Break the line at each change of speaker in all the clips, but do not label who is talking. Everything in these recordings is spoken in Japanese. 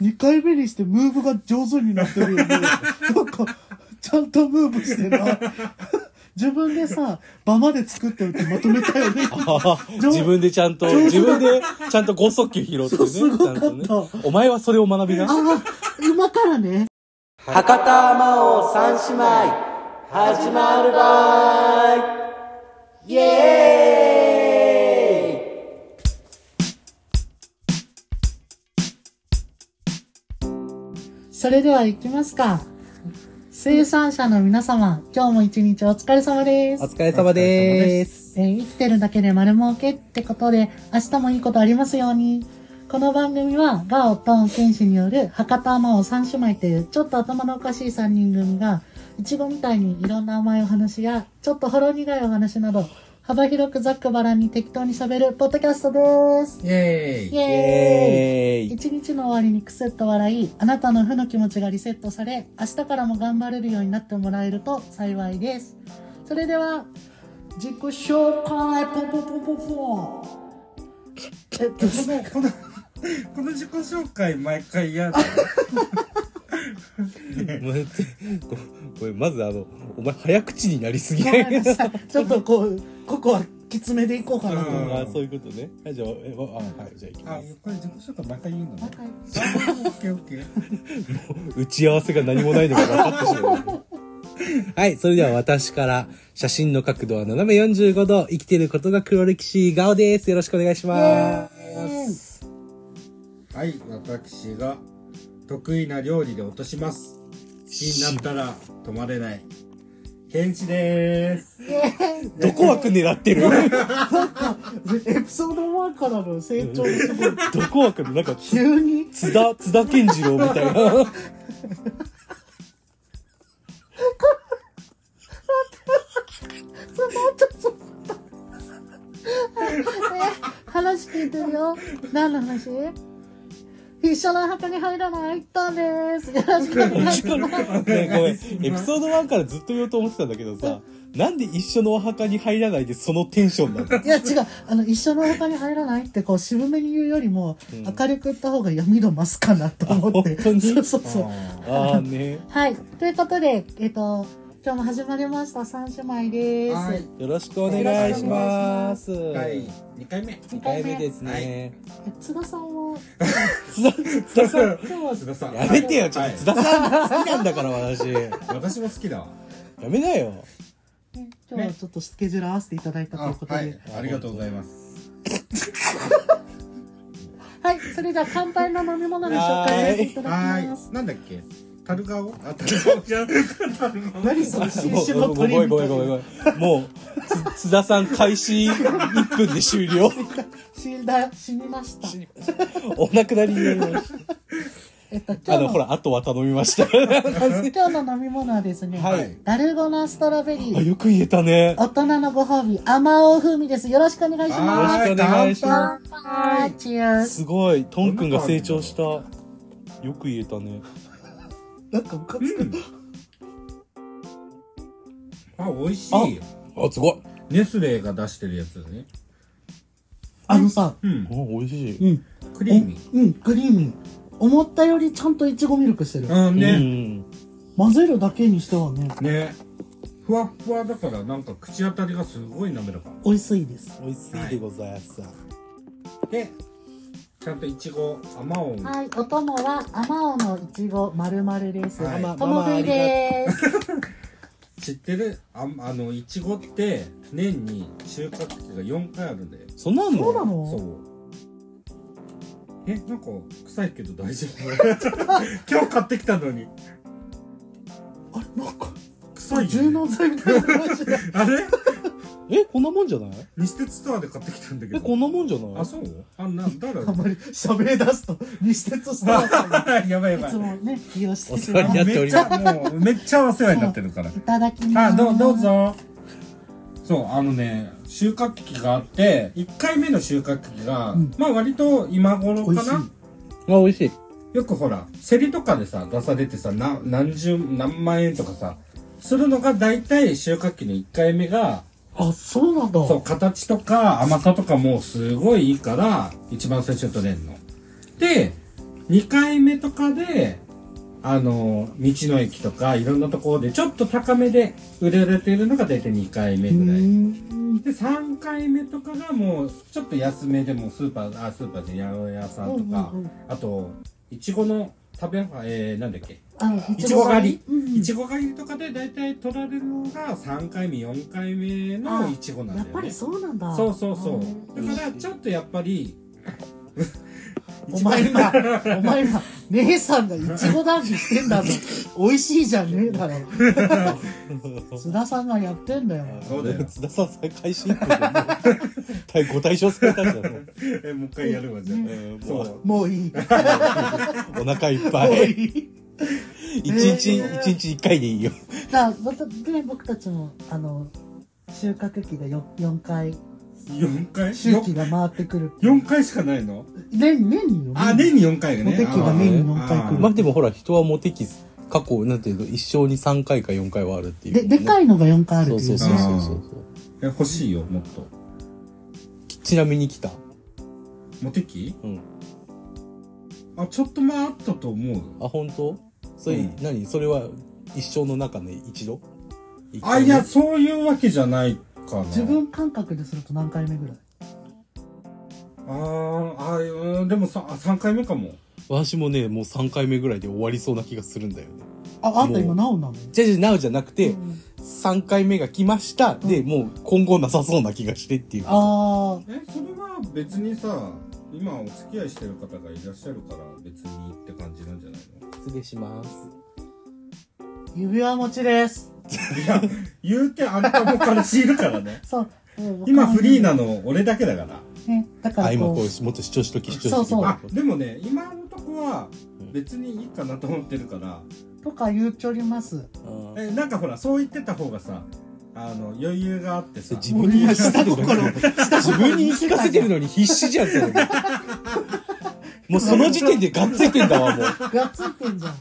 2回目にしてムーブが上手になって るよね。なんか、ちゃんとムーブしてな。 自分でさ、場まで作っておいてまとめたよね。
自分でちゃんと、
上手
自分でちゃんと5速球拾って
そう
ね。
すごかっ
ち
た
ゃんとね。お前はそれを学び な。
ああ、馬からね。
博多魔王三姉妹、始まるばーいイエ
それでは行きますか。生産者の皆様、今日も一日お疲れ様で
お
す。
疲れ様でーす。
えー生きてるだけで丸儲けってことで、明日もいいことありますように。この番組は、ガオ、トン、ケンシによる、博多魔王三姉妹という、ちょっと頭のおかしい三人組が、いちごみたいにいろんな甘いお話や、ちょっとほろ苦いお話など、幅広くざっくばらんに適当に喋る、ポッドキャストです。
イエ
イ
ーイ
エーイ
イェーイ。
一日の終わりにクスッと笑い、あなたの負の気持ちがリセットされ、明日からも頑張れるようになってもらえると幸いです。それでは、自己紹介、ポンポンポンポンポン。えっと、
この、この、この自己紹介毎回嫌だ。
もうここれ、まずあの、お前早口になりすぎ
ご
ない
めんなさいちょっとこう、ここはきつめでいこうかな。
うん
あそういうことね。はい、じゃあ、えわあはい、じゃあ行き
あ
ま、す。
これ自己紹介毎回言うの
なん
ね。
か
あオッケーオッケー。
打ち合わせが何もないのが分かってしまう。はい、それでは私から、写真の角度は斜め45度、生きてることが黒歴史、顔です。よろしくお願いします。
はい、私が得意な料理で落とします。気になったら止まれない。ケンチでーす。
どこ枠狙ってる
エピソード1からの成長すごい。
どこ枠のなんか、つ
急に、
津田、津田健次郎みたいな。
そのちょっと。え話聞いてるよ。何の話一緒のお墓に入らないったんです。よろしくお願いします。
ねごめん、エピソード1からずっと言おうと思ってたんだけどさ、なんで一緒のお墓に入らないでそのテンションなの
いや違う、あの、一緒のお墓に入らないってこう渋めに言うよりも、
うん
明るく言った方が闇度増すかなと思って。
あ本当に
そうそうそう。
あ
ああね。
はい。ということで、えっと、今日も始まりました三姉妹で
ー
す。
はい、
よろしくお願いします。
第2回目。
2回目です
は
ね。
え津田さんは、
津田、津田さん。
今日は
津田さん。
やめてよ、ちょっ
は
と
い
津田さんが好きなんだから、私。や
私も好きだわ。
めなよ。
ね今日はちょっとスケジュール合わせていただいたということで。
はい、ありがとうございます。
はい、それじゃあ乾杯の飲み物の紹介させていただ
は
きます
い、。なんだっけ樽顔あ、樽顔じゃん。樽顔
何その新種の
ご
鳥
めん
み
ご
た
めん
い
ごめんご
な。
めん。もう、つ津田さん開始1分で終了。
死んだ、死にました。
お亡くなりになりまし
えっと、
た。
今
あ
日
の、
の
ほ、ら、あとは頼みました。
今日の飲み物はですね、
はい
ダルゴナストロベリ
あ
ー、
よく言えたね。
大人のご褒美、アマオ風味です。よろしくお願いします。
よろしくお願いしま
あー、チアース。
すごい、トンくんが成長した。よく言えたね。
なんかムカつく。
あ、美味しい。
あ、すごい。
ネスレが出してるやつだね。
あのさ、
うん。
お、美味しい。
うん、
クリーミー。
うん、クリーミー。思ったよりちゃんといちごミルクしてる。
うん
う
ね。
ん。
混ぜるだけにしてはね、
ね。ふわっふわだから、なんか口当たりがすごい滑らか。
美味しいです。
美味しいでございます。
で、ちゃんといちご、あまおう。
はい、お供は、アマオのいちご丸々です。
はい
ともぶいでーす。
知ってるああの、いちごって、年に収穫期が4回あるんだよ。
そんなん
そうな
の
の
そう。え、なんか、臭いけど大丈夫 今日買ってきたのに。
あれなんか、
臭いよ
柔
ね、
軟剤みたいな話だ。
あれ
え、こんなもんじゃない
西鉄ストアで買ってきたんだけ
え、
ど
こ。んなもんじゃない
あ、そうあ、なんだろ
あんまり喋り出すと、西鉄スターさんが
う。やばいや
い
ばい
つ。もね、利用して
お世
くれ
話
る
になっておりま
めっちゃもうめっちゃお世話になってるから
いただきま
あ
す。
どうどう。ぞそうあのね収穫期があって1回目の収穫期が、
うん
まあ割と今頃
美
か
味しい
す。
な。
あ、美味しい。
よくほら競りとかでさ出されてさな何十何万円とかさするのが大体収穫期の1回目が
あ、そうなんだ。
そう形とか甘さとかもすごいいいから一番最初に取れるので2回目とかで、あの、道の駅とか、いろんなところで、ちょっと高めで売られているのが大体2回目
う
ぐらい。
ん
で、3回目とかがもう、ちょっと安めでも、スーパー、あ、スーパーで八百屋さんとか
うんうんうん、
あと、いちごの食べ、えー、なんだっけ、
あ
いちご狩
う
り。い
ん
ちご狩りとかで大体取られるのが3回目、4回目のいちごなん
や
だよ
っ
ね。
ぱりそうなんだ
そうそうそ
あ
う。だから、ちょっとやっぱり、
お前今、お前今、姉さんがいちご男子してんだぞ。美味しいじゃねえだろ。津田さんがやってんだよ。
そうだよ
津田さんさ開始1分でもう対ご対象されたんだよ。
え、もう一回やるわ、じゃ
う
あ。
ん
そ
も
う。
もういい。
うお腹いっぱ
もう
い。
いい。
一日、一日一回でいいよ。
だまた、で、僕たちも、あの、収穫期が 4, 4回、
4回
周期が回ってくる。
4回しかないの
年、年によ
あ、年に4回がね。
モテ期が年に4回来る
まあでもほら、人はモテ期、過去、なんていうの、一生に3回か4回はあるっていう、
で、でか
い
いのが4回ある
そ
って
うそ
いうう
そう
ね。
そうそう。
え、欲しいよ、もっと。
きちなみに来た。
モテ期
うん。
あ、ちょっと前あったと思う。
あ、本当それ、
うん
何それは、一生の中で一度一
あ、
回
い
目
や、そういうわけじゃないかな。
自分感覚ですると何回目ぐらい
あーあー、うんでもさ、あ、3回目かも。
私もね、もう3回目ぐらいで終わりそうな気がするんだよね。
あ、あん
も
た
う
今なおなの
じゃじゃ、なおじゃなくて、
うん
3回目が来ました。で、もう今後なさそうな気がしてっていう。
あー、
え、それは別にさ、今お付き合いしてる方がいらっしゃるから別にって感じなんじゃない
失礼します。
指輪持ちです。
のいや、言うてあんたも彼氏いるからね。
そう。うん
今フリーなの俺だけだから。
ね、だか
あ、
ら
今
こ
こ
う、
う、もっと主張しとき、主張しとき。
そうそう
あ、でもね、今のとこは別にいいかなと思ってるから、
とか言うちょります。
うん
え、なんかほら、そう言ってた方がさ、あの、余裕があってさ、
自分に言い聞かせてるのに、自分に言い聞かせてるのに必死じゃん、それ。 もうその時点でがっついてんだわ、もう。
がっついてんじゃん。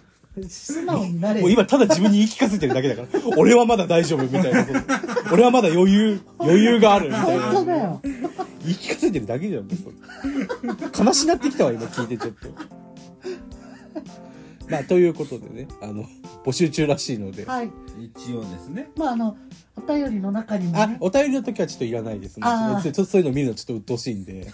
素直になれ
も
よ
う。今ただ自分に言い聞かせてるだけだから、 俺はまだ大丈夫みたいな。 そう俺はまだ余裕、余裕があるみたい
本当だ
な。
よ。
言い聞かせてるだけじゃん、もうそれ悲しなってきたわ、今聞いてちょっと。 まあ、ということでね、あの、募集中らしいので。
はい。
一応ですね。
まあ、あの、お便りの中にも
あ
ね、、
お便りの時はちょっといらないですね。
あー
ちょっとそういうの見るのちょっと鬱陶しいんで。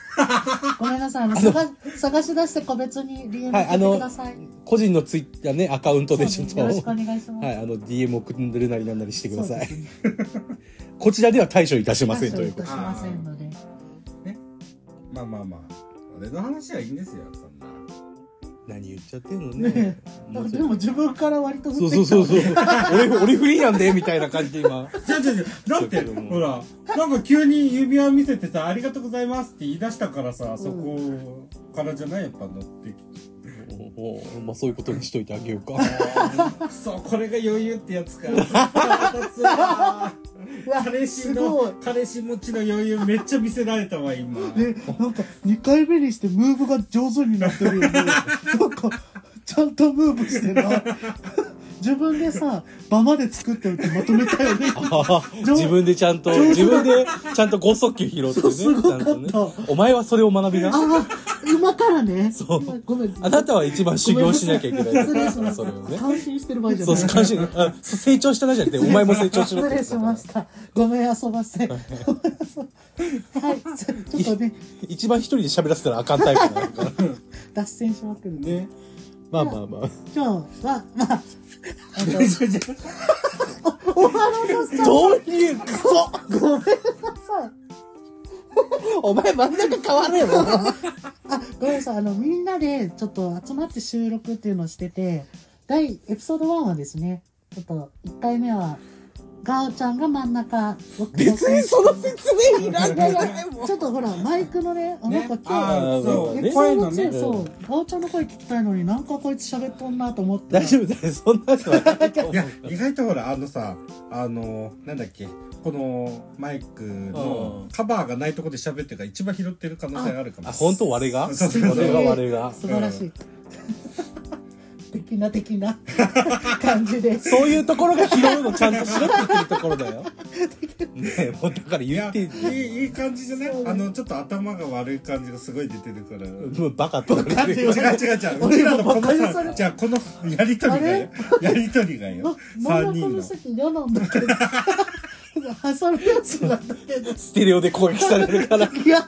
ごめんなさい。あの、探探し出して個別に DM
はいあの
送ってください。
個人のツイッターね、アカウントでちょっと、
よろしくお
は
願いします。
い、あの、DM 送るなりなんなりしてください。
そうですね
こちらでは対処いたしませんと
対
い
処
う
い
こ
た
と
しませんので。
まあまあまあ、俺の話はいいんですよ、そんな。
何言っちゃってんのね
ね。
もう
で
それ
も自分から割と
そ
振
う
って
そう
きた
そうそう。 俺、俺フリーなんでみたいな感じで今。
じゃじゃじゃ、だって、ほら、なんか急に指輪見せてさ、ありがとうございますって言い出したからさ、そこからじゃないやっぱ乗ってきて。
おおまあそういうことにしといてあげよう か。
くそ、これが余裕ってやつか。腹立つわ
うわ
彼氏
す
の
ごい。、
彼氏持ちの余裕めっちゃ見せられたわ、今。
ね、なんか2回目にしてムーブが上手になって るよね。なんか、ちゃんとムーブしてな。自分でさ、場まで作っておいてまとめたよ ね。
自分でちゃんと、自分でちゃんと5速球拾って
そう
ね。
すごかった
ちゃんとねお前はそれを学び な。
ああ、今からね。
そう
ごめん。
あなたは一番修行しなきゃいけない
失礼しま
それを
した。
ね。
感心してる場合じゃな
そう
い。
そう、感心あそう成長したなじゃなくて、お前も成長しろ っ
失
て
礼しました。ごめん、遊ばせ。はい、ちょっとね、
一番一人で喋らせたらあかんタイプなのから。
脱線しまくるね。
ね。
まあまあまあ。
今日は、まあ、 あ
じ
の
ゃじゃじゃ
終わろうとした。
どういう、クソ
ごめんなさい。
お前真ん中変われよ。
あ、ごめんなさい。あの、みんなでちょっと集まって収録っていうのをしてて、第、エピソード1はですね、ちょっと1回目は、ガオちゃんが真ん中、僕が
別にその説明いらないよ ね、もう
ちょっとほら、マイクのね、あなんか
ね
今
あーそ
日、エ
う
ピ
ね
ソ
声
ード
の
2、
ね
そう、ガオちゃんの声聞きたいのになんかこいつ喋っとんなと思って。
大丈夫だよ、そんなのはないと思
いうや、意外とほら、あのさ、あの、なんだっけ、このマイクの
うん
カバーがないとこで喋ってるから一番拾ってる可能性があるかも
あ、。本当我が
そうそうそう
我が我が。
素晴らしい。的な的な 感じで。
そういうところが拾うのちゃんとしろって言ってるところだよ。ねもうだから
い
言
や
っ
い
て、
いいい感じじゃないあの、ちょっと頭が悪い感じがすごい出てるから。
もうバカって言われてる
違う違う違う。うちらのこのさ、じゃあこのやりとりがよ。やりとりが
な
よ。
真
3
ん中の
人の。
席嫌なんだけど挟むやつなんだけど
ステレオで攻撃されるから、
嫌だ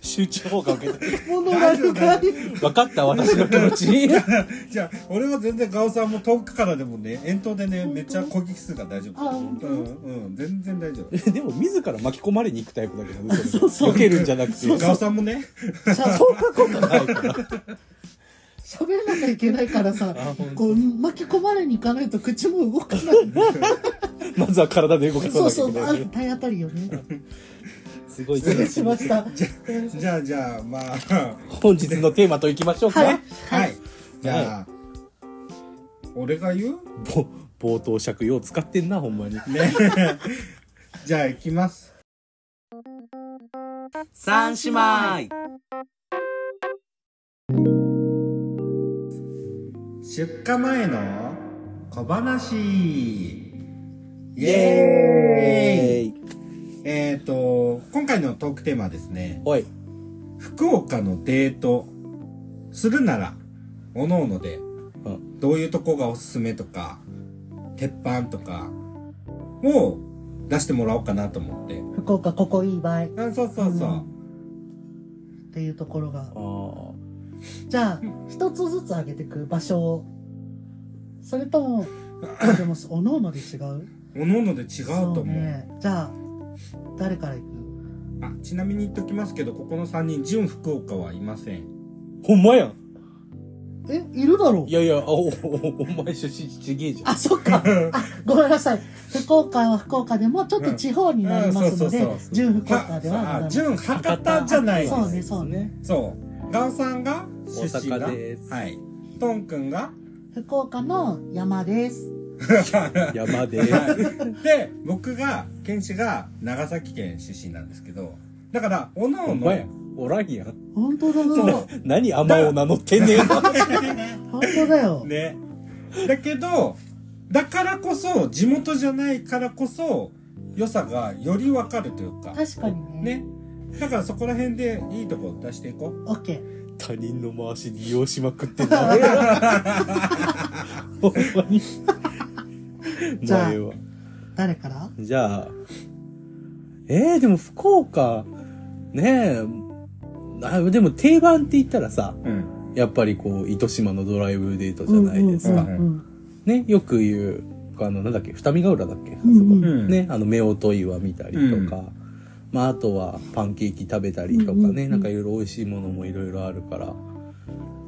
集中砲火受けてる。
物が深い
分かった、私の気持ち。
じゃあ、俺は全然ガオさんも遠くからでもね、遠投でね、めっちゃ攻撃数が大丈夫。
あ
う
本
ん
当
うん、全然大丈夫。
でも、自ら巻き込まれに行くタイプだけどね、それ避けるんじゃなくて。
ガオさん もね、
そうかこうか
はいから
喋らなきゃいけないからさ
あ本当
こう巻き込まれに行かないと口も動かない
まずは体で動かさ
そう
なきゃ
そ
いうけな
あ
いね。
体当たりよね
すごい
失礼しました
じゃあじゃあ、まあ、
本日のテーマといきましょうか。
はい
はい。じゃあ、俺が言う
ぼ冒頭借用使ってんな、ほんまに。
ね。じゃあ、行きます。
三姉妹
出荷前の小話イエーイ
イ
えっ、ー、と、今回のトークテーマはですね、
おい。
福岡のデートするなら、おのので、
うん
どういうとこがおすすめとか、鉄板とかを出してもらおうかなと思って。
福岡ここいい場合っ
あそうそうそう。
ていうところが
あー
じゃあ一つずつ上げてく場所をそれともあでもおのおので違う
おのので違うと思。
そうねじゃあ誰から行く
あちなみに言っときますけど、ここの3人、純福岡はいません。
ほんまやん。
え、いるだろう
いやいや、あお、お、お前出身ちげえじゃん。
あ、そっ か。あ、ごめんなさい。福岡は福岡でもちょっと地方になりますの
う
で
んうんそうそうそ、う
純福岡ではござ
あ
いません
純博多じゃないです。
そうね、そうね。。
そう。ガオさんが出身が
大阪です
はい。トンくんが
福岡の山です。
山で。
で、僕が、ケンシが長崎県出身なんですけど、だから、おの
ほ
お
ん
の
ま、やん。おらんやん。
本当だな。
そう
何甘を名乗ってんねん。
本当だよ。
ね。だけど、だからこそ、地元じゃないからこそ、良さがよりわかるというか、
確かにね。
ね。だからそこら辺でいいとこ出していこう。
オッケー。
他人の回し利用しまくってん だ。ほんま に。
じゃあ
もうええわ
誰から
じゃあ、えー、でも福岡、ねえ、あでも定番って言ったらさ、
うん。
やっぱりこう、糸島のドライブデートじゃないですか。
うんうん
ね、よく言う、あの、なんだっけ、二見ヶ浦だっけ、あそこ
うんうん
うん
ね、あの、夫婦岩見たりとか、
う
まあ、あとはパンケーキ食べたりとかね、
うんうんうん
なんかいろいろ美味しいものもいろいろあるから、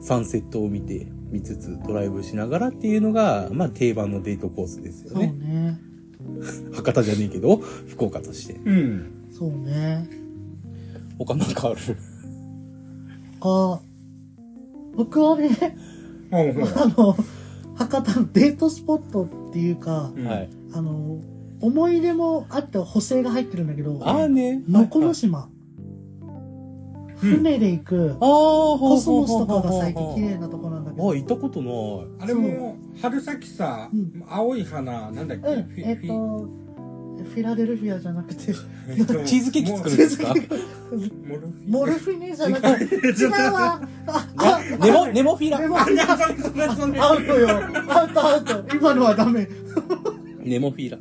サンセットを見て、見つつドライブしながらっていうのが、まあ、定番のデートコースですよ
そう
ね。
ね。
博多じゃねえけど、福岡として。
うん。
そうね。
他なんかある
か、僕はね、
あ、ほら。
あの、博多のデートスポットっていうか、
うん
はい。
あの、思い出もあって補正が入ってるんだけど、
ああね。
能古島、
うん
船で行く
ああ、
コ
コ
スモスとかが咲いて綺麗なとこなんだけど
あ、行ったことない。
あれも、春先さ
うん、
青い花、なんだっけ
うん
フィ
えっと
フ
フィラデルフィアじゃなくて
ィえっと
チーズケーキ作るん
モ
です か
モルフ ィ
モルフィネじゃなくて違うわああ
ネモ、ネモフ
で
ィラ。
も
あ、いやそれそれそれ
アウトよアウトアウト今のはダメ
ネモフィラ。違う。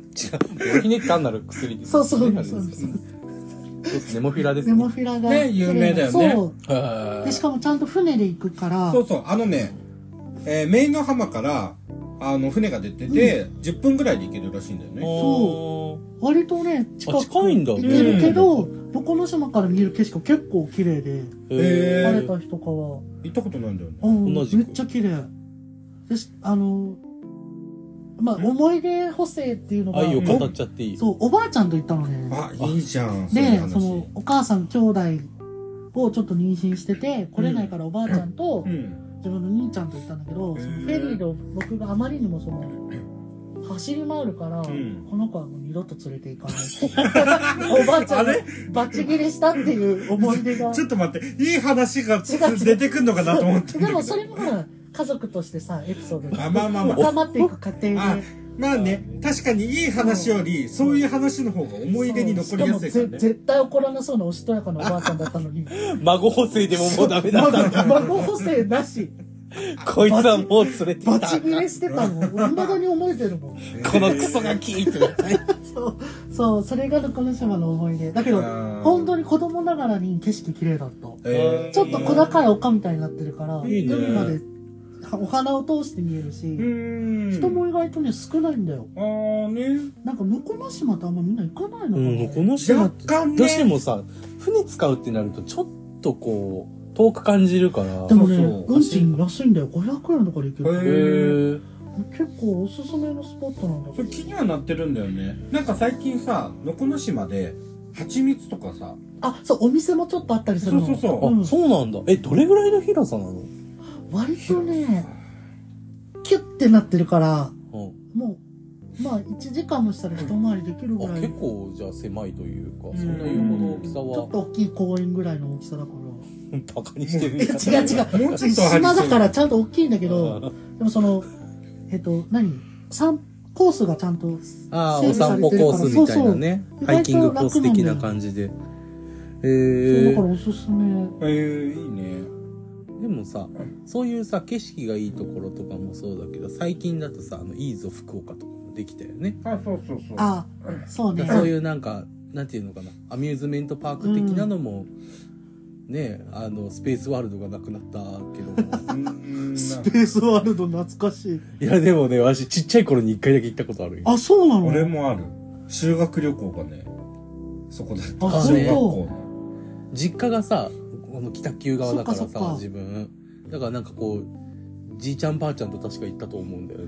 モルフィネって単なる薬です。
そうそう
あれ
そ
で
う
す
そう
かそうですネモフィラです
ネモ
ね。
フィラが
ね有名だよね
そう
は
でしかもちゃんと船で行くから
そうそう、あのね、えー、メインの浜から、あの、船が出てて、10分ぐらいで行けるらしいんだよね。
そ割とね近
あ
く
近いんだ
行けるけど能古島から見える景色が結構綺麗で
う。
へ
晴
へ
れ
ー
た日とかは
行ったことないんだよね。
うん、
同じく
めっちゃ綺麗ですあのまあ
ん
思い出補正っていうのが
愛を語っちゃっていい。
そうおばあちゃんと行ったのね
あ、いいじゃん。そういう
で
話
そのお母さん兄弟をちょっと妊娠してて来れないからおばあちゃんと
うん。
自分の兄ちゃんと行ったんだけど、
へー
そのフェリーで僕があまりにもその走り回るから、
ん
この子はもう二度と連れて行かないっ ておばあちゃんが
あれ
バチ切れしたっていう思い出が
ちょっと待って、いい話が
違う違う
出てくんのかなと思ってんだ
で
け
も
ど。
それもほら家族としてさエピソードが
あまあまあまあ
深まっていく過程で
あまあね、確かにいい話より、そういう話の方が思い出に残りやすい
し
か
からもぜ
ね。
絶対怒らなそうなおしとやかなおばあちゃんだったのに
孫補正でももうダメだったんだ。
孫補正なし
こいつはもう連れて
バ
き
チ
た。
ギレしてたもん未だに覚えてるもん
このクソガキってなった。
そうそうそれがこの島の思い出だけど
うん
本当に子供ながらに景色綺麗だった
えー
ちょっと小高い丘みたいになってるから
いいね
海までお花を通して見えるし、
うーん。
人も意外とね少ないんだよ
あーね。
なんか向島島ってあんまみんな行かないのか
う
な、
ん、この島
若
って
干ね。
どうしてもさ、船使うってなると、ちょっとこう、遠く感じるから。
でもね
そうそう
運賃安いんだよ500円とかで行けるから
へ
へ
え
ー
結構おすすめのスポットなんだ
そ
け
れ
ど
気にはなってるんだよね。なんか最近さ、のこの島で、蜂蜜とかさ、
あそうお店もちょっとあったりするの
そうそうそ
あ、
ん
そうなんだ。え、どれぐらいの広さなの
割とねキュッてなってるから
うん。
もうまあ1時間もしたら一回りできるぐ
あ
らい、
結
ち
構、じゃあ狭いというか、
ん
そんな言うほど大きさ
ょ
は
っ、と大きい公園ぐらいの大きさだから
バカにしてる
え 違う違う
もうちょっとあり
島
そ
だ
う
からちゃんと大きいんだけど
う
でもそのえっと何三コースがちゃんと
ああ、
整備
お
さ
散
れ
歩
てる
コ
から
ースみたいなね。
そうそう
ハイキングコース的な感じで。えー
だからおすすめ
えー、いいね。
でもさ、そういうさ、景色がいいところとかもそうだけど、最近だとさ、あの、いいぞ福岡とかもできたよね。
あ、そうそうそう。
あそう
だ
ね
からそういうなんか、なんていうのかな、アミューズメントパーク的なのも、ねあの、スペースワールドがなくなったけども。
うーん。
スペースワールド懐かしい
いや、でもね、私ちっちゃい頃に一回だけ行ったことあるよ。
あそうなの
俺もある。修学旅行がね、そこだった。
あ
小
そう
学校の。
実家がさ、この北九側だから
そ
さ、
っかそっか
自分。だからなんかこう、じいちゃんばあちゃんと確か行ったと思うんだよね。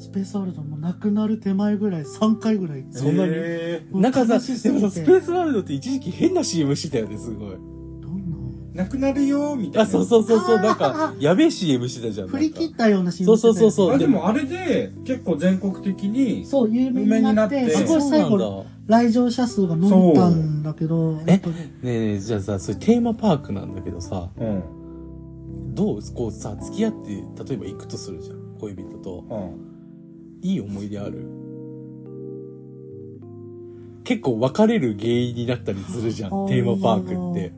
スペースワールドもなくなる手前ぐらい3回ぐらい行った
そんなに
えー
なんかさ、
悲しす
で
ぎて
もさスペースワールドって一時期変な CM してたよね、すごい。
どん
なくなるよーみたいな。
あ、そうそうそうそ
あ
う、
ー
なんか、やべえ CM してたじゃん。
な
なんか
振り切ったようなシーン
そうそうそう
う
そう。
あでもあれで結構全国的に
そう有名になっ
有名に
て
なって
す
あ
ごい
そう
最
なんだ。
後来場者数が伸びたんだけど
う
やっぱ
ねえねえ、じゃあさ、それテーマパークなんだけどさ、
うん
どうこうさ、付き合って、例えば行くとするじゃん。恋人と。
うん
いい思い出ある結構別れる原因になったりするじゃん
あ、ー
テーマパークって。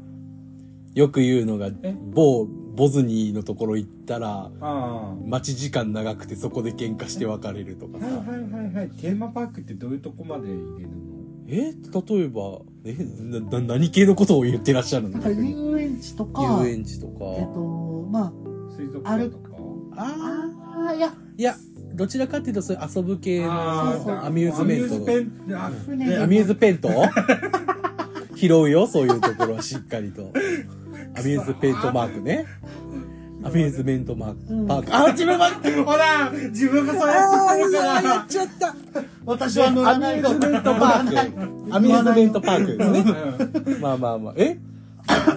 よく言うのが
え、
某ボズニーのところ行ったら、
あ
待ち時間長くてそこで喧嘩して別れるとか
あはい
さ。
はいはいはいテーマパークってどういうとこまで入れるの
え例えば、えな、な、何系のことを言ってらっしゃる
なん
の
か遊園地とか
遊
えっ
園地とか。
とま
水族館とか
ああ。
ああーいや
いや、どちらかっていうとそういう遊ぶ系の、
そうそう
アミューズメント
アミューズメントあ
船
ね
アミューズペント拾うよ、そういうところはしっかりと。アミューズペントマークね。アミューズメントマーク。
うん
パーク。あ、自分は
ほら自分がそうやってするから
ちゃった
私は乗
ア
ら
ミ
ない
ュ
の
ーズメ ントパーク。アミューズメントパークですね。まあまあまあ。え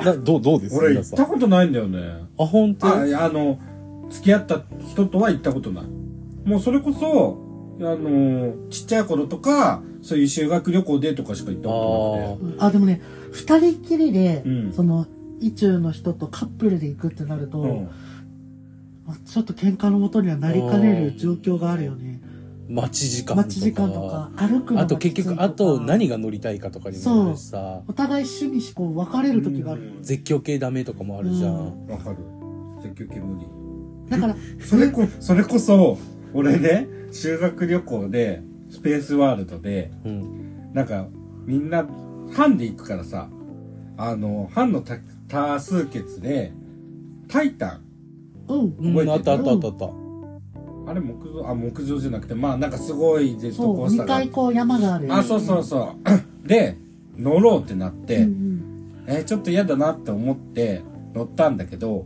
などう、どうです
俺行
皆
っ
さ
た
ん。
ことないんだよね
あ、本当
あいやあの付き合った人とは行ったことないもうそれこそあのちっちゃい頃とかそういう修学旅行でとかしか行ったこ
うんあでもね二人っきりで、
うん
その意中の人とカップルで行くってなると、
となくてうん
まあちょっと喧嘩のもとにはなりかねる状況があるよね
待ち時間とか。
待ち時間とか歩くのが
あと結
きつい
局、あと何が乗りたいかとかにもよるしさ。
お互い趣味思考分かれる時がある、
絶叫系ダメとかもあるじゃん。
わかる積極的無理
だから
それこ、それこそ、俺ね、修学旅行で、スペースワールドで、
うん。
なんか、みんな、班で行くからさ、あの、班の多多数決で、タイタン。
うん
う
覚えて
ん、
る
あったあったあったあった。
あれ木造、あ、木造じゃなくて、まあなんかすごいジェット
そう
コース
2
ターがあっ
回こう山がある
て。あ、そうそうそう。 で、乗ろうってなって、
うん
えーちょっと嫌だなって思って乗ったんだけど、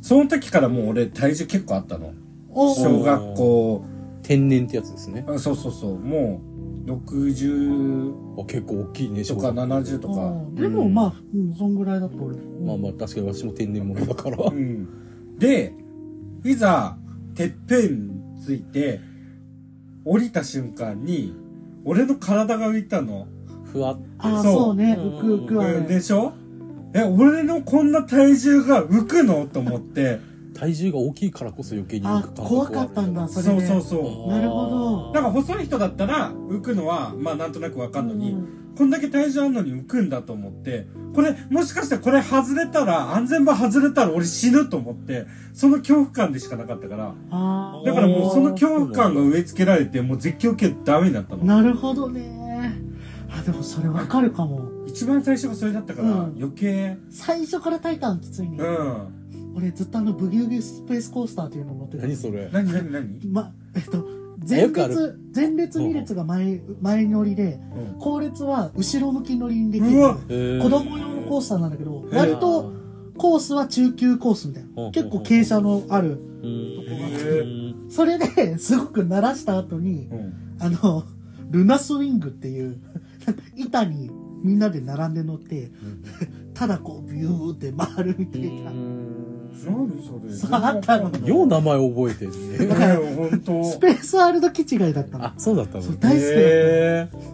その時からもう俺体重結構あったの。
お
そう
小学校、
天然ってやつですね。
あそうそうそう、もう、60、
あ、結構大きいね、
とか70と
あ
か。
ーでもまあ、うん、そんぐらいだと俺、
まあまあ、確かに私も天然物だから。
うん。で、いざ、てっぺんついて、降りた瞬間に、俺の体が浮いたの。
ふわっ。
ああ
そう
そうね
うん
浮く浮くは
うん、
ね
でしょえ、俺のこんな体重が浮くのと思って、
体重が大きいからこそ余計に浮
あ
く感、覚は
怖かったんだ、 それ
そ
で。
うそうそ
なるほど
うなんか細い人だったら浮くのはまあなんとなくわかんのに、
うん
こんだけ体重あんのに浮くんだと思ってこれもしかしてこれ外れたら安全バー外れたら俺死ぬと思ってその恐怖感でしかなかったから
あ
だからもうその恐怖感が植え付けられてもう絶叫系ダメになった
ー
の
なるほどね。あ、でもそれわかるかも。
一番最初がそれだったから
うん
余計
最初からタイタンきついね
う。ん
俺ずっとあのブギウギスペースコースターというの乗ってた。
何それ
何何何
ま、えっと、前
よくあ
列、前列2列が前、前乗りで、
うん
後列は後ろ向き乗りにでき
う
る
わ。
子
子供用のコースターなんだけど、
ー
割とコースは中級コースみたい
ほうほうほ
な。
う
結構傾斜のある。
へ
それで、すごく鳴らした後に、
うん
あの、ルナスウィングっていう、 なんか板にみんなで並んで乗って、ただこうビューって回るみたいな。
何それ
そうあったの
よう名前覚えて るね
本当
スペースワールド基地外だったの
あ。そうだったの
そう、大好きだった。
へー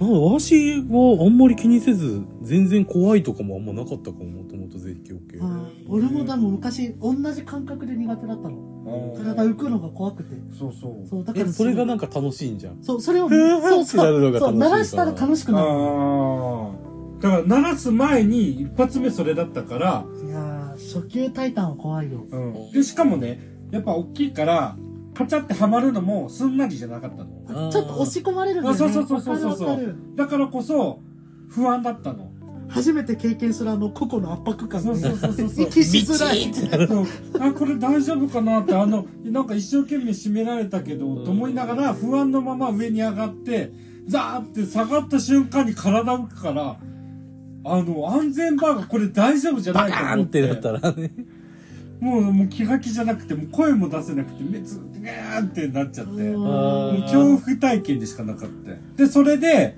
なんかわしはあんまり気にせず全然怖いとかもあんまなかったかももともと絶叫系
はい俺も多分昔同じ感覚で苦手だったの体浮くのが怖くて
そうそう
そうだか
え
ら
それが
ん
なんか楽しいんじゃん
そうそれを
ふー
そう
ってなるのが楽しいから
そう鳴らしたら楽しくなる
ああだから鳴らす前に一発目それだったから、
いやー初級タイタンは怖いよ
うん、でしかもねやっぱ大きいからカチャってはまるのもすんなりじゃなかったの
あー
ちょっと押し込まれるんだよ
あ
ね
そうそうそうそうそう
わかるわかる
だからこそ不安だったの
初めて経験するあの個々の圧迫感
そうそうそう そうそう
息しづらい
そうあこれ大丈夫かなってあのなんか一生懸命締められたけどと思いながら不安のまま上に上がってザーって下がった瞬間に体浮くからあの安全バーがこれ大丈夫じゃな
バ
い
カ
か
ーンってなったらね
もうもう気が気じゃなくてもう声も出せなくて目つぶってガーンってなっちゃってもう
あー
恐怖体験でしかなかったでそれで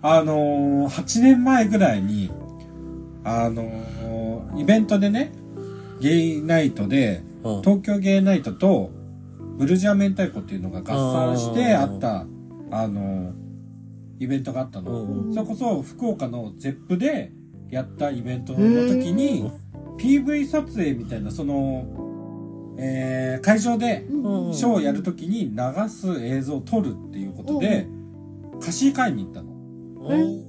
あのー、8年前ぐらいにあのー、イベントでねゲイナイトで
うん
東京ゲイナイトとブルジャー明太子っていうのが合算してあ
あー
ったあのーイベントがあったの
うん
それこそ福岡の ZEP でやったイベントの時に、PV 撮影みたいな、その、えー、会場で
うん
ショーをやるときに流す映像を撮るっていうことで、貸し会に行ったの。
うん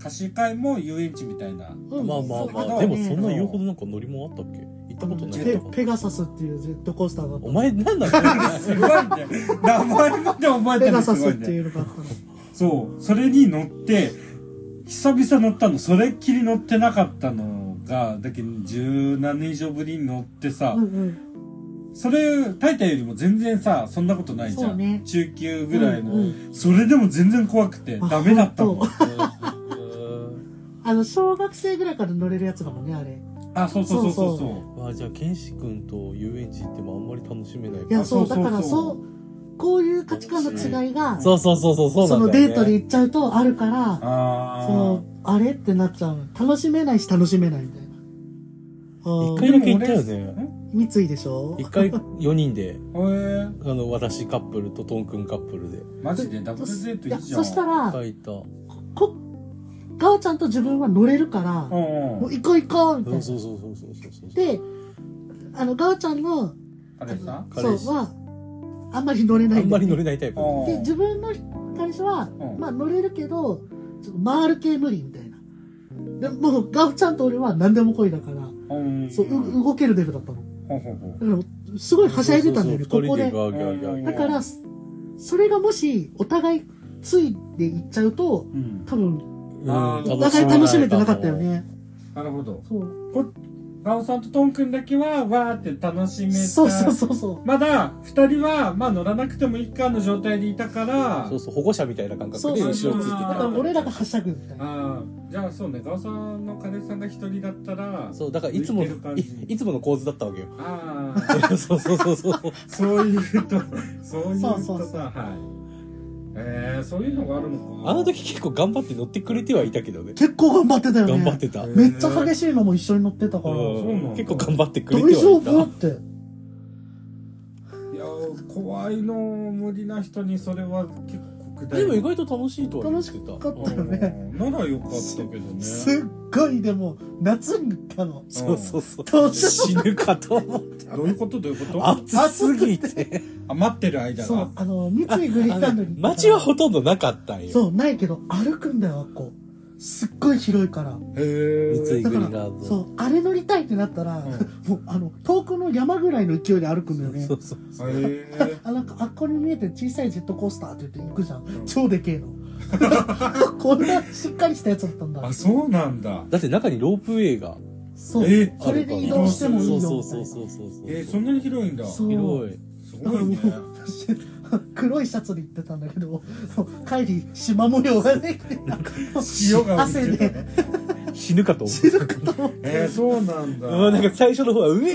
貸し会も遊園地みたいな。
うん
まあまあま
そう
あでも
ね
そんな言うほどなんか乗り物あったっけ行ったことない
ペペガサスっていうジェットコースターがあった
お前なんだっけ
すごいね。名前まで覚えて
ペ
るの
ガ
す
サ
ご
スっ
い
て
ね。
いうのがあったの
そう。それに乗って、久々乗ったの。それっきり乗ってなかったのが、だけど十何年以上ぶりに乗ってさ、
うんうん
それ、大体よりも全然さ、そんなことないじゃ。
そうんね
中級ぐらいの、
うんうん
それでも全然怖くて、
あ
ダメだったも
ほ
ん
ん。 あの小学生ぐらいから乗れるやつだもんねあれ
あ、そうそうそうそ
そ
う。
う
そ
まあじゃあケンシ君と遊園地行ってもあんまり楽しめない
いやそう
そ
だ
うそうそう
からそうこういう価値観の違いが
そうそうそうそうそう
そ
な
の
んだよ
デ
ね
ートで行っちゃうとあるから
あ
そ
ー
のあれってなっちゃうの楽しめないし楽しめないみたいなあ
一
ー
回だけ行ったよね
三井でしょ
一回4人で
へえ
あの私カップルとトン君カップルで
マジでダブルデートい
いや
いじゃん。
そしたら
書いた
こガオちゃんと自分は乗れるから
うんうん、
もう行こう行こうみたい
そう
な
そうそうそうそうそうそう
であのガオちゃんの
彼氏さん
彼氏
そうはあんまり乗れない
あんまり乗
れ
れないタイプ
うん
で自分の彼氏は、
ん
まあ乗れるけどちょっと回る系無理みたいなでもうガオちゃんと俺は何でも来いだから
うん
そうう動けるデブだったの
ほうほうほう
だからすごいはしゃいでたんだよね
そう
こ
そうそ
こ
う二
で
人でガーギャーギャー
だからそれがもしお互いついでいっちゃうと
うん。
多分
あー
お互い楽しめてなかったよね
なるほど。
そう
ガオさんとトン君だけは、わーって楽しめた。
そうそうそうそう
まだ、二人は、まあ乗らなくてもいいかの状態でいたから、
そうそう保護者みたいな感
そ
覚
う
で後
そ
ろ
う
つい
そ
て
う
き
だ
た
から俺らがはしゃぐみたいな
ああ、じゃあそうね、ガオさんの彼氏さんが一人だったら、
そうだからいつも
浮いてる
の
感
い
じ
いつもの構図だったわけよ
あ あ、
そうそうそうそう
そういうと、そういうと
そう
さ、
そうそう
はい。えー、そういうのがあるのか。
あの時結構頑張って乗ってくれてはいたけどね
結構頑張ってたよね
頑張ってた、
う
めっちゃ激しいのも一緒に乗ってたから、
んそうなんだ
結構頑張ってくれ
大
てはいた
丈夫って
いやー、怖いの、無理な人にそれは結構酷だ
で
よ
も意外と楽しいとは言ってた
楽しかったよね
うんならよかったけどね。
すっごいでも、夏に行ったの。
そうそうそう。
どうし
死ぬかと思っ
どういうことどういうこ
た。
と
暑すぎて。
あ待ってる間
そう
が、
あの、三井グリーンランドに行ったの。
街はほとんどなかったんよ。
そう、ないけど、歩くんだよ、あっこ。すっごい広いから。
へえ
三井
だ
グリ
か
ーンラ
ら
ン、ド。
そう、あれ乗りたいってなったら、
うん
もう、あの、遠くの山ぐらいの勢いで歩くんだよね。
そうそう。
へえ
あ、なんか、あっこに見えてる小さいジェットコースターって言って行くじゃん。
ん
超でけ えの。こんなしっかりしたやつだったんだ
あ。そうなんだ
だって中にロープウェイが
そう。
え
それで移動してもいいよみたい
そう
な。
そうそうそうそう。
えー、そんなに広いんだす
そう
広い。
ごいね
だからもう私 黒いシャツで行ってたんだけど、そう帰り、縞模様がね、
塩が降
汗
ってた
で、
死ぬかと思
死ぬかと思って
えー、そうなんだ
う。 まあなんか最初の方は、うえー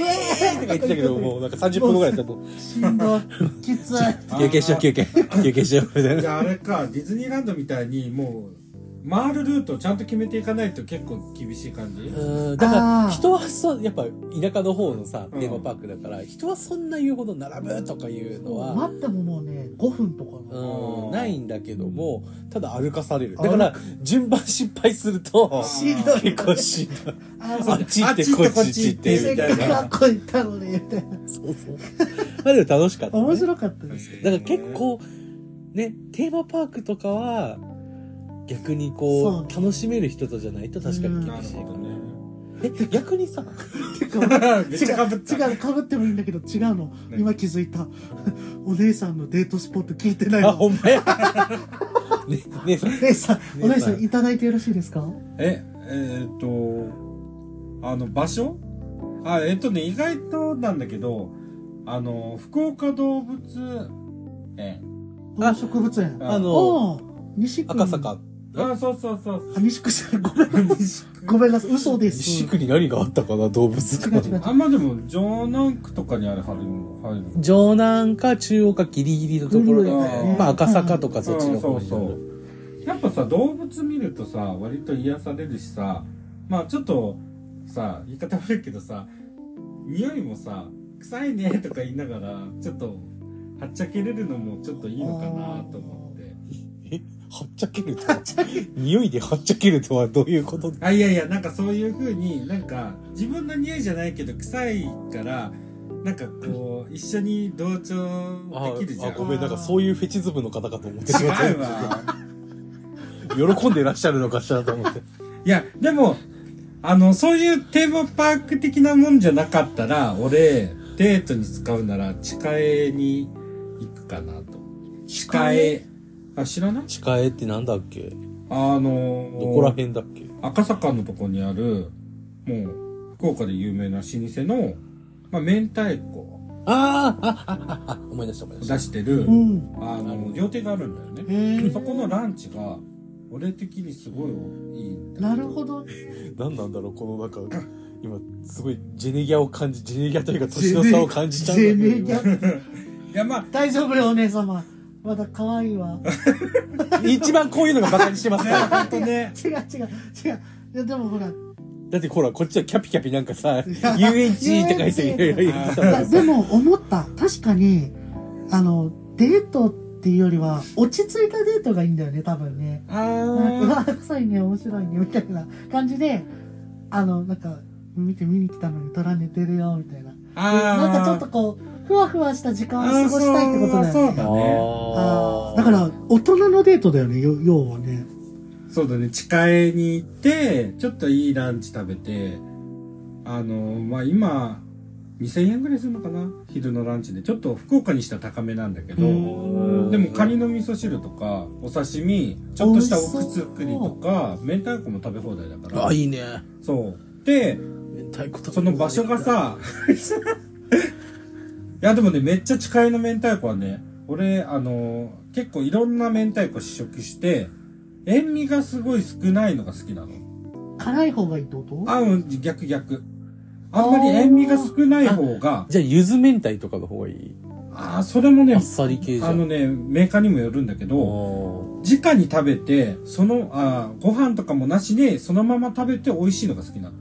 とか言ってたけど、もうなんか30分後ぐらいだったらもう、
しんどい。きつい。
あー
休憩しよう、休憩。休憩しよう、みたい
じ
な。
ゃああれかディズニーランドみたいにもう回るルートをちゃんと決めていかないと結構厳しい感じ
うんだか
あー
ら人はそうやっぱ田舎の方のさ
うん
テーマパークだから人はそんな言うほど並ぶとかいうのは
待ってももうね、5分とかな
う
うんん
ないんだけどもただ歩かされる
歩
だ
く
から順番失敗すると
あー
しんどい。
結構しん どい
あ
あ
ー
っち行って
あっち行っ
こ
て
っち行って
せ
み
ったか
い
く
な
あっこ行ったのに、みたいな。
そうそうまあでも楽しかったね
面白かったですよ。
だから結構ねテーマパークとかは逆にこう
そ
楽しめる人とじゃないと確かに厳しいか
どね
らえ逆にさ
てか
めっ
違
ちゃかぶ
う、
った
違う、被ってもいいんだけど、違うの。
何
今気づいた。お姉さんのデートスポット聞いてない
あ
の。
ほん まやねねさ
お姉さん、お姉さ
姉さ
ん、
ん
いただいてよろしいですか
ええーっとあの場所あえっとね意外となんだけどあの福岡動物園
動植物園。
あの
おう西区。
赤。坂
あそうそうそう
あ、西区じゃないごめん。
西区
ごめんなさい、嘘です。
西区に何があったかな動物
違う違
館
う
あんまでも城南区とかにあるはるの入る
城南か中央かギリギリのところで、
うんうん
まあ赤坂とかそっちの
そ
方
う
に
そ
あ
うそ
る
うやっぱさ動物見るとさ割と癒されるしさまあちょっとさ言い方悪いけどさ匂いもさ臭いねとか言いながらちょっとはっちゃけれるのもちょっといいのかなと思って
えはっちゃけるとは匂いではっちゃけるとはどういうこと
あいやいやなんかそういう風になんか自分の匂いじゃないけど臭いからなんかこう一緒に同調できるじゃん
あごめんなんかそういうフェチズムの方かと思ってしまっ
違う
た
わ
喜んでいらっしゃるのかしらと思って
いや、でも、あの、そういうテーマパーク的なもんじゃなかったら、俺、デートに使うなら、近江に行くかなと。近江。あ、知らない
近江ってなんだっけど
あのー
こら辺だっけ
赤坂のとこにある、もう、福岡で有名な老舗の、まあ、明太子を
あーああああ思い出した思い出した
出してる
う、ん。
あの、料亭があるんだよ
へ
ね。そ
ー
このランチが、俺的にすごいいいんだよ
なるほど。
何なんだろうこのなんか今すごいジェネギャを感じジェネギャというか年の差を感じちゃうんだけ
ジ
ど
ェネギャ。
いや、まあ、
大丈夫よ、お姉様。まだ可愛いわ。
一番こういうのがバカにしてます
ね、
から
ほんとね。
違う違う違う。いや、でもほら、
だってほら、こっちはキャピキャピなんかさ、
や
遊園地とか言っていろいろ言ってた
い
も
や
んさ
でも思った確かにあのデートっていうよりは落ち着いたデートがいいんだよね多分ね
あ
なんかう
ー。
わ臭いね面白いねみたいな感じであのなんか見て見に来たのに虎寝てるよみたいな
あー
なんかちょっとこうふわふわした時間を過ごしたいってことだよ
そう
ね
だね。
あーだから大人のデートだよねよ要はね
そうだね。近江に行って、ちょっといいランチ食べて、あの、まあ、今、2000円ぐらいするのかな昼のランチで。ちょっと福岡にしたら高めなんだけど、
うん
でもカニの味噌汁とか、お刺身、ちょっとしたおくつくりとか、明太子も食べ放題だから。
あ、いいね。
そう。で、
明太子と
その場所が、 さ、いやでもね、めっちゃ近いの明太子はね、俺、あのー結構いろんな明太子試食して、塩味がすごい少ないのが好きなの。
辛い方がいいってこと
あ、うん、逆逆。あんまり塩味が少ない方が、
じゃあ、ゆず明太とかの方がいい
ああー、それもね、
あっ
あ
さり系じゃん。
のね、メーカーにもよるんだけど、
お
直に食べて、その、あーご飯とかもなしで、そのまま食べて美味しいのが好きなの。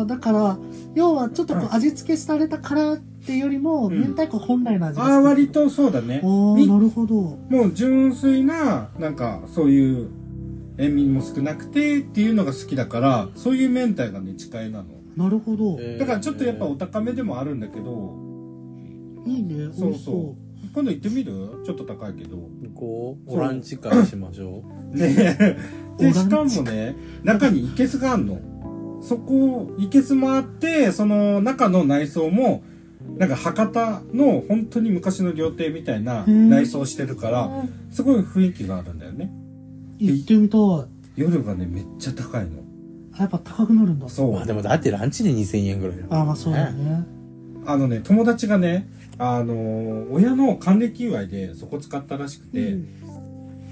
あーだから要はちょっとこう味付けされた辛っていうよりも、
うん
明太子本来の味が
ああ、割とそうだね。
ああ
に
なるほど
もう純粋な、なんか、そういう、塩味も少なくてっていうのが好きだからそういう明太がね近いなの
なるほど。
えー
だからちょっとやっぱお高めでもあるんだけど
いいね。
そ
美
う
味しそ。
そうう今度行ってみるちょっと高いけど
こう、オランジ会しましょ。
ねえ
オ
で
ラ
し
ン
か
ダ
もね中に生けすがあんのそこ生けすもあってその中の内装もなんか博多の本当に昔の料亭みたいな
うん
内装してるからすごい雰囲気があるんだよね
行ってみたい。
夜がねめっちゃ高いの
あやっぱ高くなるんだ。
そうう
まあでもだってランチで2000円ぐらいだよ
あ、まあそうだ
ね
ね。
あのね、友達がね、あのー親の還暦祝いでそこ使ったらしくて、
うん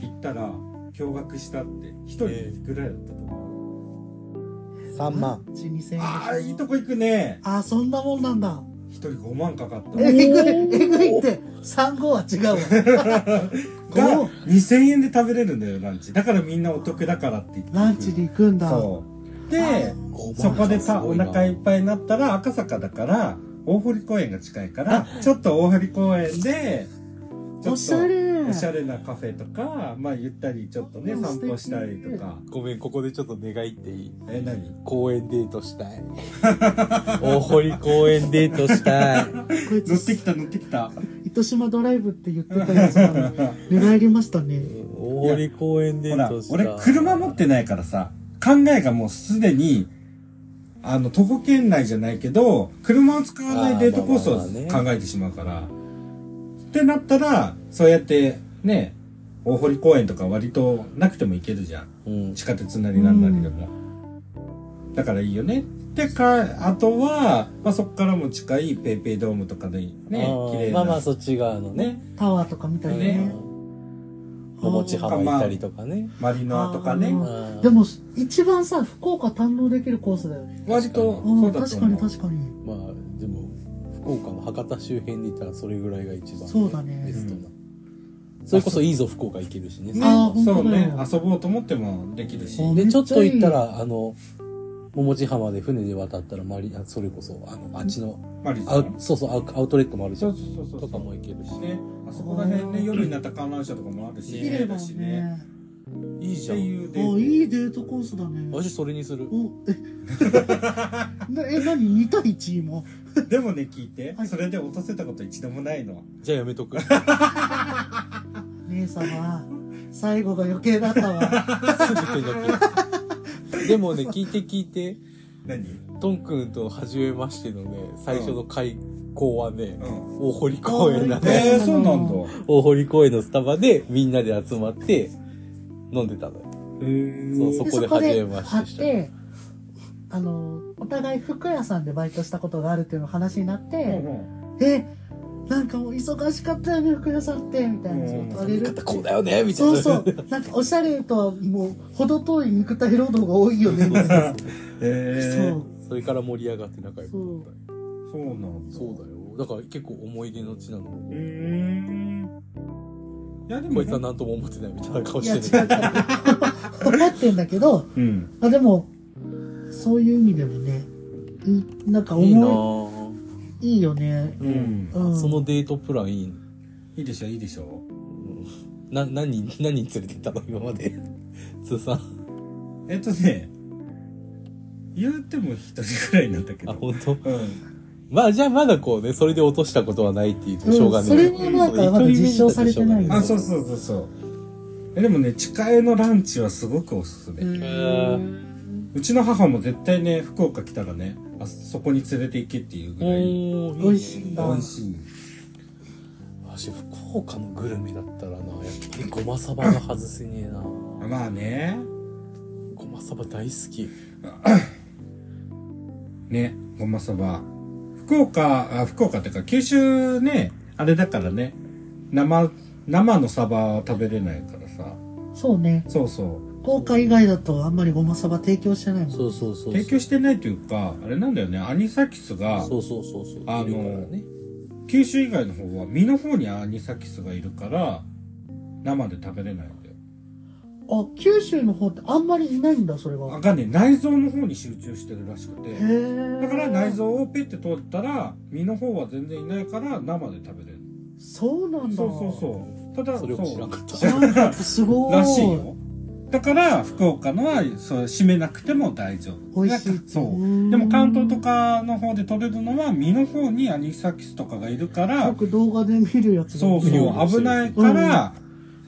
行ったら、驚愕したって、一人ぐらいだったと思う。
3万。
うち2000円。
ああ、いいとこ行くね。
あ、そんなもんなんだ。
一人5万かかった。
えぐい、えぐいって、3号は違うわ。5、
が、2000円で食べれるんだよ、ランチ。だからみんなお得だからって言って。
ランチに行くんだ。
そう。で、そこでさ、お腹いっ
ぱ
ぱいになったら、赤坂だから、大堀公園が近いから、ちょっと大堀公園で、ちょっと
おしゃれ。
おしゃれなカフェとか、まあ、ゆったりちょっとね、
うん
散歩したりとか。
ごめん、ここでちょっと願いっていい
え、何
公園デートしたい。 大堀公園デートしたい。
こい
乗ってき
つ、
た乗ってきた。
糸島ドライブって言ってたやつが ね、寝返りましたね。
大堀公園デ
ほ
ー
ら
ト、したい。
俺車持ってないからさ、考えがもうすでに、あの、徒歩圏内じゃないけど、車を使わないデートコース
あ
を
ーまあまあ
考えてしまうから。ってなったら、そうやって、ね、大堀公園とか割となくても行けるじゃん。
うん。
地下鉄なりなんなりでも。だからいいよね。でか、あとは、まあ、そこからも近いペイペイドームとかでね、綺
あー
麗な。
まあまあそっち側のね。
ね、
タワーとか見たり
う
ね
ん。お餅浜行ったりとかね。
マリノアとかね。
あでも、一番さ、福岡堪能できるコースだよね。
割と、
う
そ
ん、
うだと
確かに
思う。
確かに。
まあでも福岡の博多周辺で言ったらそれぐらいが一番
そうだね
ベストな、それこそいいぞ福岡行けるしね
ね
あー本当だ
そうね
よ。
遊ぼうと思ってもできるし。
うん
で
めっち
ち
ゃ
ょ
いい
っと行ったらあの桃地浜で船で渡ったら周りあそれこそあのあっちの
マリノ
ア
ア
ウ。そうそうアウアウトレットもあるじ
そ
ゃ
うんそうそうそう。
とかも行けるし
ね。あそこら辺ね、夜になった観覧車とかもあるし、
綺麗だ
しね。
ね。
いい
っ
じ
て
ゃん
いうデ
お、
ー
いいデートコースだね。
私それにする
お、え、なえ、 なに ?2 対1今。
ト。でもね、聞いて
は、い
それで落とせたこと一度もないの。
じゃあやめとく
姉様、最後が余計だったわ。
すぐ手抜 きでもね聞いて聞いて
何
トン君と初めましてのね最初の開校はね、
うん。
大堀公園だね
えー、そうなんだ。
大堀公園のスタバでみんなで集まって飲んでたのよ。
へー
そうそこで初めまして
で
し
そこ
た
で会って、あの、お互い服屋さんでバイトしたことがあるっていうの話になって、
うん
え、なんかもう忙しかったよね、服屋さんって、みたいな。
うん
あれる
こうだよねみたい
そ
な。
うそう。なんかおしゃれとはもう、程遠い肉体労働が多いよね。みたいな
え
そう。
それから盛り上がって仲良くなったり
ー、そうなんだ。
そうだよ。だから結構思い出の地なの。
うーん。いや、でも、
こいつは何とも思ってないみたいな顔
いや、違
してる。
う。思ってんだけど、
うん。
あ、でも、そういう意味でもね、いなんか
いいな
思
ぁ。
い、いいよね。
う
うん
ん。
うん。
そのデートプランいいの
いいでしょ、いいでしょ。
な、何、何連れてったの今まで。 つーさん。
えっとね、言うても一人ぐらいなんだけ
あ、
ど。
本当。
うん。
まあじゃあまだこうね、それで落としたことはないっていうとしょうがね
うんそれもなんかまだ実証されてないよ
あ、そうそうそうそう。え、でもね、地下へのランチはすごくおすすめ。
う。
うんちの母も絶対ね、福岡来たらね、あそこに連れて行けっていうぐらい。
おー
美味しいんだ
美味しい。
私福岡のグルメだったらなやっぱりごまさばが外せねえな
まあね。
ごまさば大好き
ね、ごまそば。福岡、あ福岡ってか、九州ね、あれだからね、生、生のサバは食べれないからさ。
そうね。
そうそう。
効果以外だとあんまりごまさば提供してないもん。
そうそうそうそう
提供してないというか、あれなんだよね、アニサキスが、
そうそうそうそう
あの
いるからね
九州以外の方は、身の方にアニサキスがいるから、生で食べれないんだよ。
あ、九州の方ってあんまりいないんだ、それ
あ
は。
がね、内臓の方に集中してるらしくて
へ。え。
だから内。臓をペッて取ったら、身の方は全然いないから、生で食べれる。
そうなんだ。
そうそうそう。ただ、
それを知らんかっ
知らなかった。すごい。
らしいよ。だから、福岡のは、そう、締めなくても大丈夫。
美味しい
そう。でも関東とかの方で取れるのは、身の方にアニサキスとかがいるから
よ、く動画で見るやつだ
そうそう、危ないから、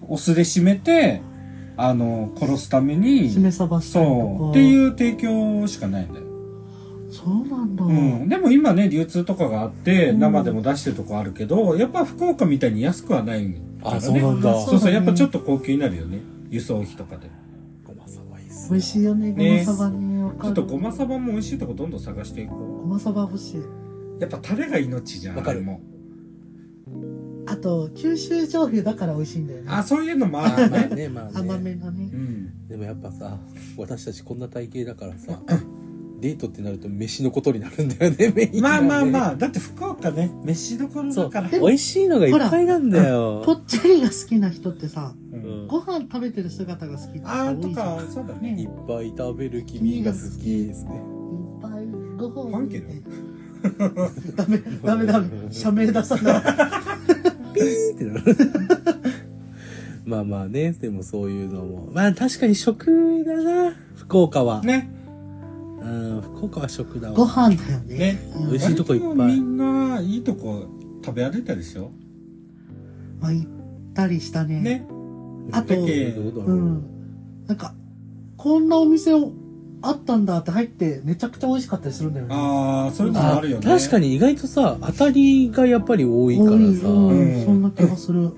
お酢で締めて、あの、殺すため
締め
に、
さばしたりとか
そう、っていう提供しかないんだよ。
そうなんだ、
うん、でも今ね流通とかがあって
うん
生でも出してるとこあるけど、やっぱ福岡みたいに安くはないからね
あそうなんだ
そうそう
だね
やっぱちょっと高級になるよね輸送費とかで
ごまさばいいっす
美味しいよねごま
ね
さばにわか
ちょ
る
っとごまさばも美味しいとこどんどん探していこ
ごまさば欲しいう
やっぱタレが命じゃん
わかる
あれも
あと九州醤油だから美味しいんだよね
あそういうのもある
まあ
ね
ねまあ
甘め
ね
がね
うん
でもやっぱさ私たちこんな体型だからさデートってなると飯のことになるんだよねメイン
まあまあ
あ
まあだって福岡ね飯どころだから
美味しいのがいっぱいなんだよ
ぽっちゃりが好きな人ってさ
うん
ご飯食べてる姿が好きって人
あ
多
ーと
いじゃんいっ
かそうだ
い
ね
っぱい食べる君が好きです ね
ぱいご飯を
ファンケル
ダメダメダメ社名出さない
ってなるまあまあねでもそういうのもまあ確かに食だな福岡は、
ね
うん福岡は食だわ
ご飯だよね
ね
うん
美味しいとこいっぱい
割みんないいとこ食べ歩いたでしょ
まあ行ったりしたね
ね
あと
だけ
どうだろう
うんなんかこんなお店をあったんだって入ってめちゃくちゃ美味しかったりするんだよね
ああそういうのもあるよね
確かに意外とさ当たりがやっぱり多いからさ、
うん
うん
そんな気がする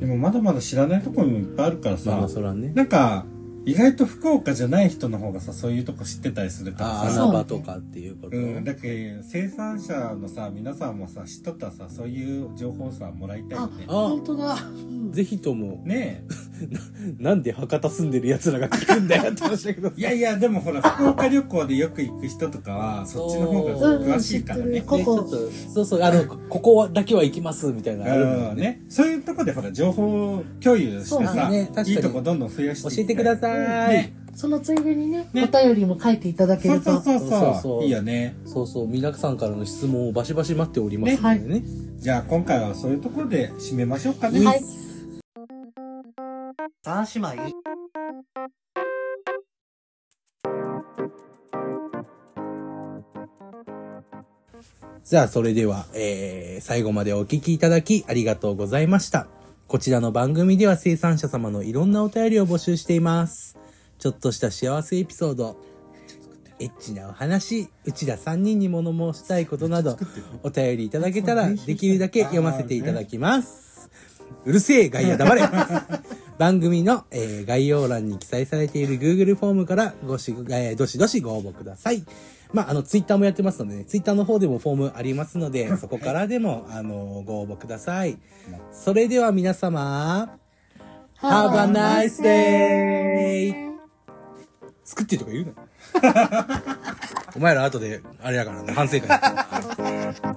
でもまだまだ知らないところもいっぱいあるからさ、
まあそらね
なんか、意外と福岡じゃない人の方がさ、そういうとこ知ってたりするか
あ
ら
穴
さ。
場とかっていうこと、
うん、だけど生産者のさ、皆さんもさ、知っとったらさ、そういう情報さ、もらいたいよ
あ
ね。
本当だうん
ぜひとも
ね
なんで博多住んでる奴らが来るんだよって話だけど
え。いやいや、でもほら、福岡旅行でよく行く人とかは、そっちの方が
そう
詳しいからね。
ここ
ねちょっとそうそうあのここだけは行きますみたいなのあるもん
うん、ね。そういうとこでほら、情報共有し
そう
て
だ
さ、
ね確かに
いいとこどんどん増やし
教
ていきた
えてください、
ね
そのついでにね
ね
お便りも書いていただけ
そ
る
うそう
と
そ
そ
うそうう
そう
いいよね。
そうそう皆さんからの質問をバシバシ待っておりますのでね
じゃあ今回はそういうところで締めましょうかね。
はい三姉妹
じゃあ、それでは、えー、最後までお聞きいただきありがとうございました。こちらの番組では生産者様のいろんなお便りを募集しています。ちょっとした幸せエピソード、エッチなお話、うちら3人に物申したいことなど、お便りいただけたら、できるだけ読ませていただきます。うるせえ、外野黙れ 番組の、えー概要欄に記載されている Google フォームからごし、えーどしどしご応募ください。まあ、あの、ツイッターもやってますので、ね、ツイッターの方でもフォームありますの で、そこからでも、あの、ご応募ください。それでは皆様、Have a nice day! 作ってとか言うな。お前ら後で、あれだからね、反省会。